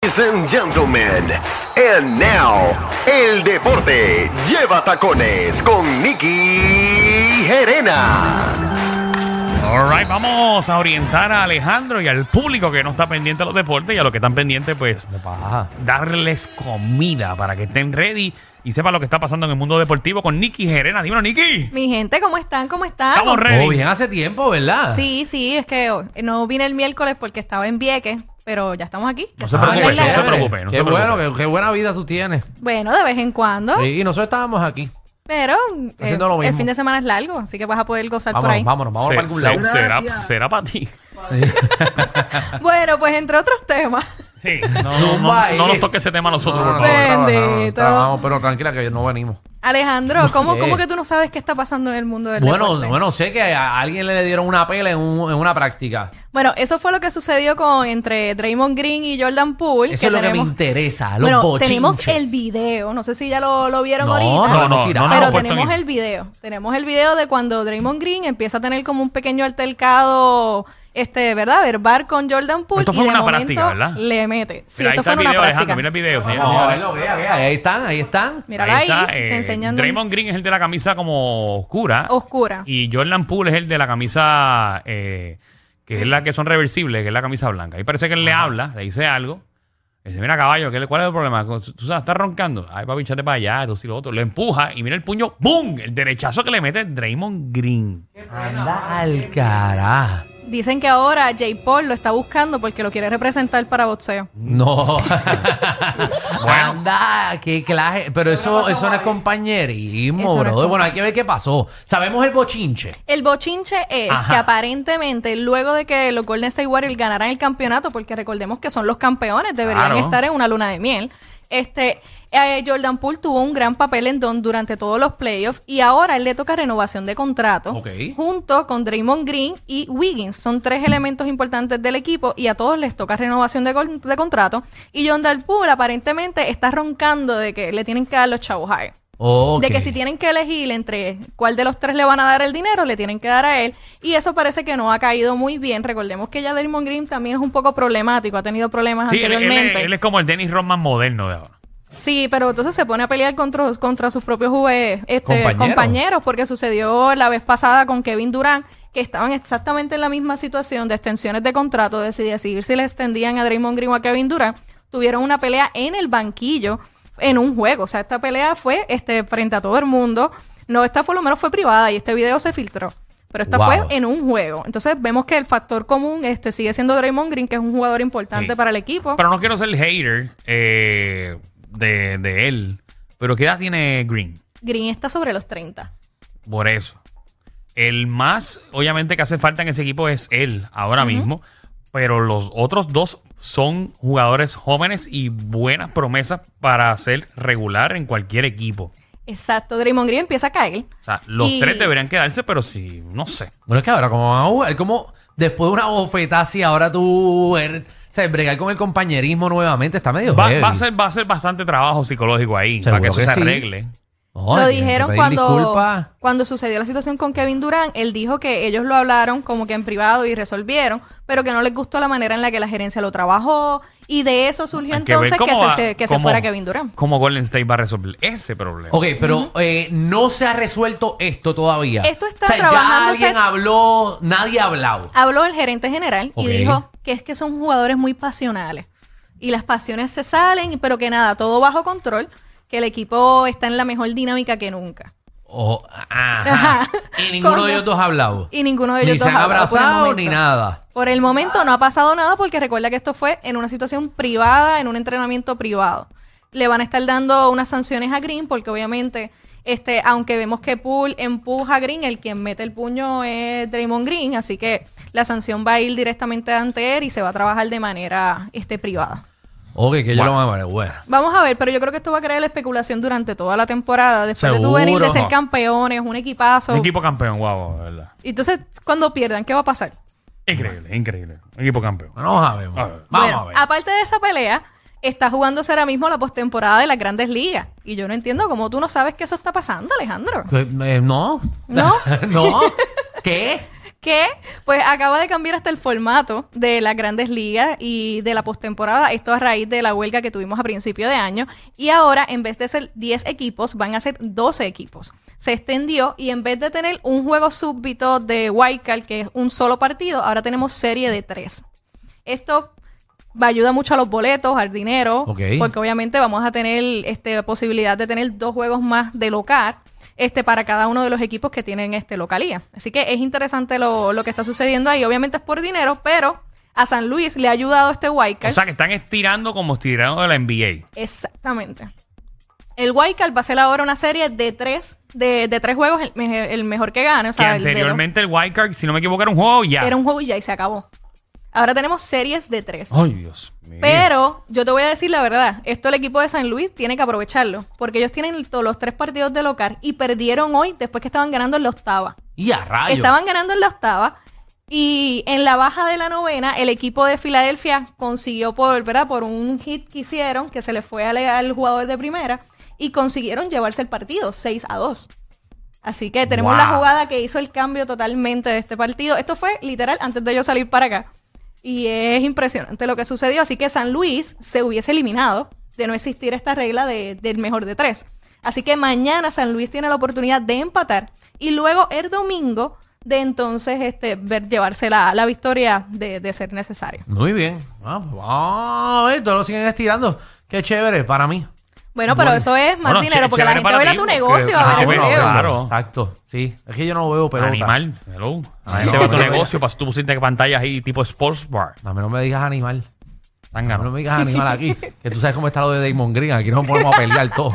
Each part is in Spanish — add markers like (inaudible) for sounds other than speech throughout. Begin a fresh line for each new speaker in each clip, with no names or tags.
Ladies and gentlemen, and now, el deporte lleva tacones con Nicky Gerena.
All right, vamos a orientar a Alejandro y al público que no está pendiente de los deportes y a los que están pendientes, pues darles comida para que estén ready y sepan lo que está pasando en el mundo deportivo con Nicky Gerena. Dímelo, Nicky.
Mi gente, ¿cómo están? ¿Cómo están?
Estamos ready.
Oh, bien hace tiempo, ¿verdad?
Sí, sí, es que oh, no vine el miércoles porque estaba en Vieques, pero ya estamos aquí.
No
Ya
se
estamos en la
preocupe,
isla.
no se
Chévere.
preocupe, no
qué
se preocupe.
bueno, qué, qué buena vida tú tienes.
Bueno, de vez en cuando,
Sí, y nosotros estábamos aquí.
pero eh,
Haciendo lo
el
mismo.
fin de semana es largo, así que vas a poder gozar por ahí.
Vámonos, vámonos, vámonos
Se-
para algún
se-
lado.
será, será para ti.
(laughs) Bueno, pues entre otros temas. (laughs)
(laughs) Sí, no, no,
Zumba
no,
ahí.
no nos toque ese tema a nosotros, por
no,
favor.
no, no, no, Bendito.
Bendito. Vamos, pero tranquila que no venimos.
Alejandro, ¿cómo,
¿Qué?
¿cómo que tú no sabes qué está pasando en el mundo del
Bueno,
deporte?
bueno, sé que a alguien le dieron una pela en, un- en una práctica.
Bueno, eso fue lo que sucedió con entre Draymond Green y Jordan Poole.
Eso es lo que me
tenemos-
interesa, los
Bueno,
bochinches.
tenemos el video, no sé si ya lo, lo vieron
No,
ahorita.
No, no, no, Ah, no, pues,
Pero
nos
Pero
han puesto
tenemos
en-
el video. Tenemos el video de cuando Draymond Green empieza a tener como un pequeño altercado, este, ¿verdad? Verbal con Jordan Poole.
Esto fue
y de
una
momento
práctica, ¿verdad?
Le mete. Sí,
Mira, ahí
esto
está
fue
el video,
en una práctica.
Alejandro. Mira el video, señor.
No, a verlo, vea, vea, ahí están, ahí están.
Mírala ahí,
está, eh,
te enseñando
Draymond Green es el de la camisa como oscura.
oscura.
Y Jordan Poole es el de la camisa eh, que es la que son reversibles, que es la camisa blanca. Y parece que él le habla, le dice algo. Le dice, mira caballo, ¿qué le- ¿cuál es el problema? Tú sabes, está roncando. Ay, papi, échate para allá, esto sí, lo otro. Lo empuja y mira el puño, ¡boom! El derechazo que le mete Draymond Green.
Anda al carajo.
Dicen que ahora Jay Paul lo está buscando porque lo quiere representar para boxeo.
(laughs)
No. Anda, qué clase. Pero eso, eso no es compañerismo,
Eso no es
brother. Bueno, hay que ver qué pasó. Sabemos el bochinche.
El bochinche es
Ajá.
que aparentemente luego de que los Golden State Warriors ganaran el campeonato, porque recordemos que son los campeones, deberían
Claro.
estar en una luna de miel. Este eh, Jordan Poole tuvo un gran papel en Don durante todos los playoffs y ahora él le toca renovación de contrato
Ok.
junto con Draymond Green y Wiggins. Son tres elementos importantes del equipo y a todos les toca renovación de, con- de contrato. Y Jordan Poole aparentemente está roncando de que le tienen que dar los chavos a él.
Ok.
De que si tienen que elegir entre cuál de los tres le van a dar el dinero, le tienen que dar a él. Y eso parece que no ha caído muy bien. Recordemos que ya Draymond Green también es un poco problemático, ha tenido problemas
Sí, él, él-
anteriormente.
él es como el Dennis Rodman moderno de ahora.
Sí, pero entonces se pone a pelear contra, contra sus propios jue- este,
Compañeros.
compañeros, porque sucedió la vez pasada con Kevin Durant, que estaban exactamente en la misma situación de extensiones de contrato, de si decidir si le extendían a Draymond Green o a Kevin Durant. Tuvieron una pelea en el banquillo, en un juego. O sea, esta pelea fue este, frente a todo el mundo. No, esta por lo menos fue privada y este video se filtró. Pero esta
Wow.
fue en un juego. Entonces vemos que el factor común este, sigue siendo Draymond Green, que es un jugador importante
Sí.
para el equipo.
Pero no quiero ser hater eh, de, de él. Pero ¿qué edad tiene Green?
Green está sobre los 30.
Por eso. El más, obviamente, que hace falta en ese equipo es él ahora mismo. Pero los otros dos son jugadores jóvenes y buenas promesas para ser regular en cualquier equipo.
Exacto, Draymond Green empieza a caer.
O sea, los
Y-
tres deberían quedarse, pero sí, no sé.
Bueno, es que ahora, como van a jugar, como después de una bofetada así, ahora tú. er- o sea, bregar con el compañerismo nuevamente está medio.
Va,
heavy.
va a ser, va a ser bastante trabajo psicológico ahí para
Seguro
que eso se
que sí.
arregle.
No,
lo
tienen que
dijeron
pedir
cuando,
disculpas.
cuando sucedió la situación con Kevin Durant. Él dijo que ellos lo hablaron como que en privado y resolvieron, pero que no les gustó la manera en la que la gerencia lo trabajó. Y de eso surgió
Hay que ver
entonces que,
cómo
se-
va-
se, que se
cómo-
fuera Kevin Durant.
Cómo Golden State va a resolver ese problema.
Ok, pero eh, no se ha resuelto esto todavía.
Esto está
o sea, ya
trabajándose-
alguien habló, nadie ha hablado.
Habló el gerente general
Ok.
y dijo que es que son jugadores muy pasionales. y las pasiones se salen, pero que nada, todo bajo control, que el equipo está en la mejor dinámica que nunca.
Oh, ajá. Y ninguno
Con-
de ellos dos ha hablado.
Y ninguno de ellos
Ni
dos
se han
ha hablado por el
abrazado
momento.
ni nada.
Por el momento no ha pasado nada porque recuerda que esto fue en una situación privada, en un entrenamiento privado. Le van a estar dando unas sanciones a Green porque obviamente, este, aunque vemos que Poole empuja a Green, el quien mete el puño es Draymond Green, así que la sanción va a ir directamente ante él y se va a trabajar de manera este, privada.
Ok, que yo
Bueno.
lo van a ver. Bueno.
Vamos a ver, pero yo creo que esto va a crear la especulación durante toda la temporada. Después de tú
Seguro.
venir de ser campeones, un equipazo.
Un equipo campeón, guau, de verdad.
Entonces, cuando pierdan, ¿qué va a pasar?
Increíble, increíble. Un equipo campeón.
Bueno, vamos a ver.
A ver.
Vamos
Bueno,
a ver.
Aparte de esa pelea, está jugándose ahora mismo la postemporada de las grandes ligas. Y yo no entiendo cómo tú no sabes que eso está pasando, Alejandro.
Eh, eh, no.
¿No?
(laughs) no. ¿Qué?
Que pues acaba de cambiar hasta el formato de las grandes ligas y de la postemporada. Esto a raíz de la huelga que tuvimos a principio de año. Y ahora, en vez de ser 10 equipos, van a ser 12 equipos. Se extendió y en vez de tener un juego súbito de Wildcard, que es un solo partido, ahora tenemos serie de tres. Esto va a ayudar mucho a los boletos, al dinero,
Ok.
porque obviamente vamos a tener este, posibilidad de tener dos juegos más de local este, para cada uno de los equipos que tienen este, localía. Así que es interesante lo, lo que está sucediendo ahí. Obviamente es por dinero, pero a San Luis le ha ayudado este
O
Wildcard.
sea, que están estirando como estirando de la NBA.
Exactamente. El Wildcard va a ser ahora una serie de tres, de, de tres juegos, el, me- el mejor que gane. O
Que
sea, el de dos.
anteriormente el Wildcard, si no me equivoco, era un juego y ya.
era un juego y ya y se acabó. Ahora tenemos series de tres.
Ay, Dios mío.
Pero yo te voy a decir la verdad, esto el equipo de San Luis tiene que aprovecharlo, porque ellos tienen todos los tres partidos de local y perdieron hoy después que estaban ganando en la octava.
Y a rayos.
Estaban ganando en la octava y en la baja de la novena el equipo de Filadelfia consiguió por, ¿verdad? por un hit que hicieron que se le fue al, al jugador de primera y consiguieron llevarse el partido 6 a 2. Así que tenemos
Wow.
la jugada que hizo el cambio totalmente de este partido. Esto fue literal antes de yo salir para acá. Y es impresionante lo que sucedió. Así que San Luis se hubiese eliminado de no existir esta regla de- del mejor de tres. Así que mañana San Luis tiene la oportunidad de empatar y luego el domingo de entonces este, ver llevarse la, la victoria de, de ser necesario.
Muy bien. Ah, pues Vamos a ver, todos lo siguen estirando. Qué chévere para mí.
Bueno, pero eso es más
Bueno,
dinero
ché-
porque la
chévere
gente va a ir a
para
tu
ti,
negocio
porque- Ah,
a ver el
bueno,
juego.
claro.
Exacto. Sí. Es que yo no veo pelota.
Animal, hello. A
Sí,
ver, va tu
hombre.
negocio, para tú pusiste pantallas ahí tipo Sports Bar.
A mí no me digas animal.
Tan
A mí no me digas
(laughs)
animal aquí. que tú sabes cómo está lo de Damon Green. Aquí nos ponemos a pelear todo.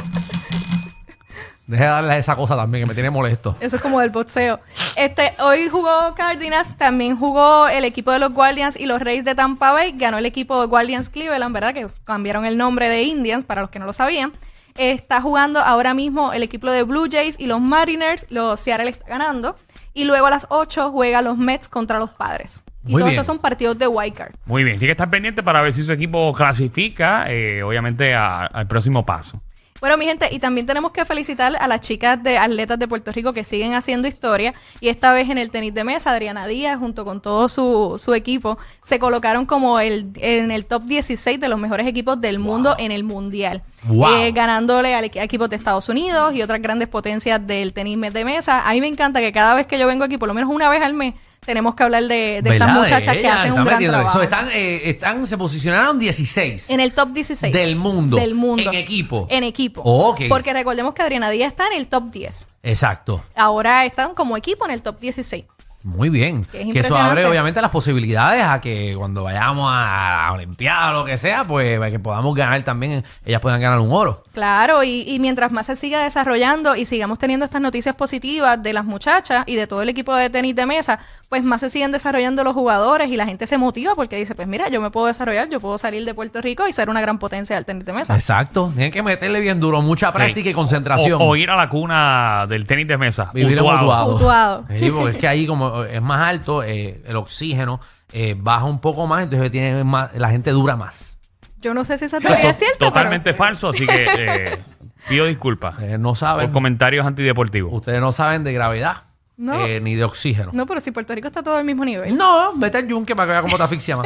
Deja de darle a esa cosa también que me tiene molesto.
Eso es como del boxeo. Este, hoy jugó Cardinals, también jugó el equipo de los Guardians y los Reyes de Tampa Bay. Ganó el equipo de Guardians Cleveland, ¿verdad? Que cambiaron el nombre de Indians, para los que no lo sabían. Está jugando ahora mismo el equipo de Blue Jays y los Mariners. Los Seattle está ganando. Y luego a las 8 juega los Mets contra los Padres. Y
Muy
todos
bien.
estos son partidos de wild card.
Muy bien, tiene que estar pendiente para ver si su equipo clasifica, eh, obviamente, a- al próximo paso.
Bueno, mi gente, y también tenemos que felicitar a las chicas de atletas de Puerto Rico que siguen haciendo historia. Y esta vez en el tenis de mesa, Adriana Díaz, junto con todo su, su equipo, se colocaron como el, en el top 16 de los mejores equipos del mundo en el Mundial.
Wow.
Eh, ganándole al equi- a equipos de Estados Unidos y otras grandes potencias del tenis de mesa. A mí me encanta que cada vez que yo vengo aquí, por lo menos una vez al mes, tenemos que hablar de, de estas
¿Verdad?
muchachas que
Ellas
hacen un
están
gran
metiendo eso.
trabajo.
Están, eh, están, se posicionaron 16.
En el top 16.
Del mundo.
Del mundo.
En equipo. Oh,
En equipo.
Ok.
Porque recordemos que Adriana Díaz está en el top 10.
Exacto.
Ahora están como equipo en el top 16.
Muy
Que
bien.
es
Que eso
impresionante.
abre obviamente las posibilidades a que cuando vayamos a la Olimpiada o lo que sea, pues que podamos ganar también, ellas puedan ganar un oro.
Claro, y, y mientras más se siga desarrollando y sigamos teniendo estas noticias positivas de las muchachas y de todo el equipo de tenis de mesa, pues más se siguen desarrollando los jugadores y la gente se motiva porque dice, pues mira, yo me puedo desarrollar, yo puedo salir de Puerto Rico y ser una gran potencia del tenis de mesa.
Exacto. Tienen que meterle bien duro, mucha práctica y concentración.
O, o ir a la cuna del tenis de mesa.
Vivir en
Utuado.
Utuado.
Utuado.
Sí, porque es que ahí como es más alto, eh, el oxígeno eh, baja un poco más, entonces tiene más, la gente dura más.
Yo no sé si esa teoría es cierta. (laughs) pero-
Totalmente falso, así que
(laughs)
eh, pido disculpas
Eh, no
por
saben,
comentarios antideportivos.
ustedes no saben de gravedad
No.
eh, ni de oxígeno.
No, pero si Puerto Rico está todo al mismo nivel. (laughs)
No, vete al yunque para que vea cómo te asfixia más.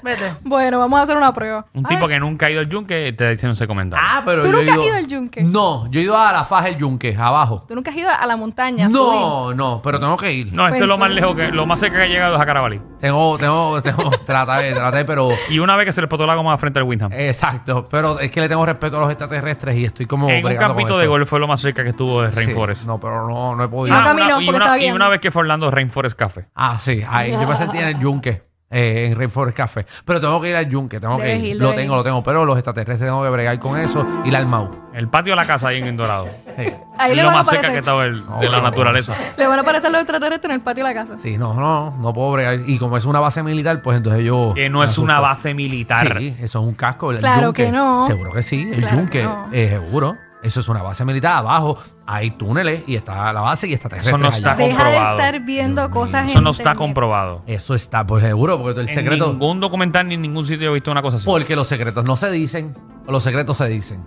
Vete.
Bueno, vamos a hacer una prueba.
Un tipo que nunca ha ido al yunque te dice no sé comentar.
Ah, pero
¿Tú
yo
nunca has
he
ido al yunque?
No, yo he ido a la faja del yunque, abajo.
Ah, Tú nunca has ido a la montaña. a subir?
No, no, pero tengo que ir.
no, este es lo
cuento.
más lejos que, lo más cerca que he llegado es a Carabalí.
Tengo, tengo, tengo, (laughs) traté, traté, pero...
Y una vez que se le explotó la goma frente al Windham.
Eh, Exacto, pero es que le tengo respeto a los extraterrestres y estoy como...
en un
bregando con
campito
eso.
de golf fue lo más cerca que estuvo de
Sí,
Rainforest.
No, pero no, no he podido.
No
Ah,
caminó
y,
porque
una,
estaba
y
viendo.
una vez que fue Orlando Rainforest Café.
Ah, sí, ahí, yo me sentí en el yunque, eh, en Rainforest Café. Pero tengo que ir al yunque, tengo que
Debes
ir.
ir,
Lo
debes
tengo,
ir.
lo tengo, pero los extraterrestres tengo que bregar con eso y la almau. Eh,
El patio de la casa ahí en Dorado.
Sí.
Ahí
es
le
lo
van a
más cerca que
aparecer.
estaba el-
No,
de la
no, no.
naturaleza.
Le van a aparecer los extraterrestres en el patio de la casa.
Sí, no, no, no puedo bregar. Y como es una base militar, pues entonces yo...
Que no
me
es una
asusto.
base militar.
Sí, eso es un casco. el
Claro
yunque.
que no.
Seguro que sí, el
Claro
yunque,
que no.
eh, seguro. Eso es una base militar abajo, hay túneles y está la base y está terrestre.
no está
allá.
Deja de
comprobado.
estar viendo cosas en
Eso no está
internet.
comprobado.
Eso está, pues seguro, porque el
En
secreto...
ningún documental ni en ningún sitio he visto una cosa así.
Porque los secretos no se dicen, los secretos se dicen.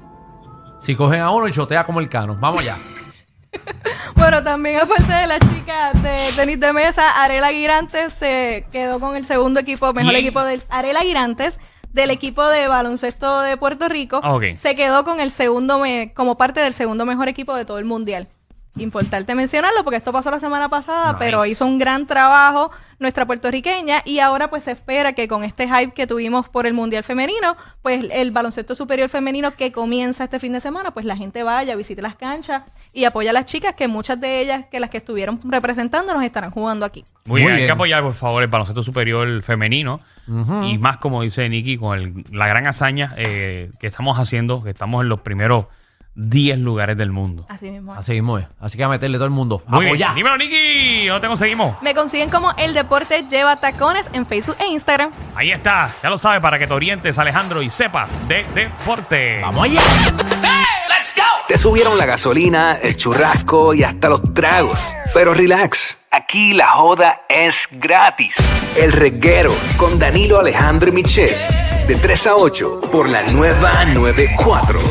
Si cogen a uno y chotea como el cano. Vamos allá.
Bueno, también aparte de la chica de tenis de mesa, Arela Guirantes se quedó con el segundo equipo, mejor
Bien.
equipo del Arela Guirantes del equipo de baloncesto de Puerto Rico.
Ah, ok.
Se quedó con el segundo me- como parte del segundo mejor equipo de todo el mundial. Importante mencionarlo porque esto pasó la semana pasada,
Nice.
pero hizo un gran trabajo nuestra puertorriqueña y ahora pues se espera que con este hype que tuvimos por el Mundial Femenino, pues el baloncesto superior femenino que comienza este fin de semana, pues la gente vaya, visite las canchas y apoya a las chicas que muchas de ellas que las que estuvieron representando nos estarán jugando aquí.
Muy bien,
Muy
hay que
bien.
apoyar, por favor, el baloncesto superior femenino. Y más, como dice Nicky, con el- la gran hazaña eh, que estamos haciendo, que estamos en los primeros 10 lugares del mundo.
Así mismo.
Así mismo es. Así que a meterle todo el mundo.
Muy
Vamos ya.
bien. Dímelo, Nicky. ¿Dónde te conseguimos?
Me consiguen como El Deporte Lleva Tacones en Facebook e Instagram.
Ahí está. Ya lo sabes, para que te orientes, Alejandro, y sepas de deporte.
Vamos allá.
Te subieron la gasolina, el churrasco y hasta los tragos. Pero relax, aquí la joda es gratis. El reguero con Danilo Alejandro y Michel. De 3 a 8 por la nueva 94.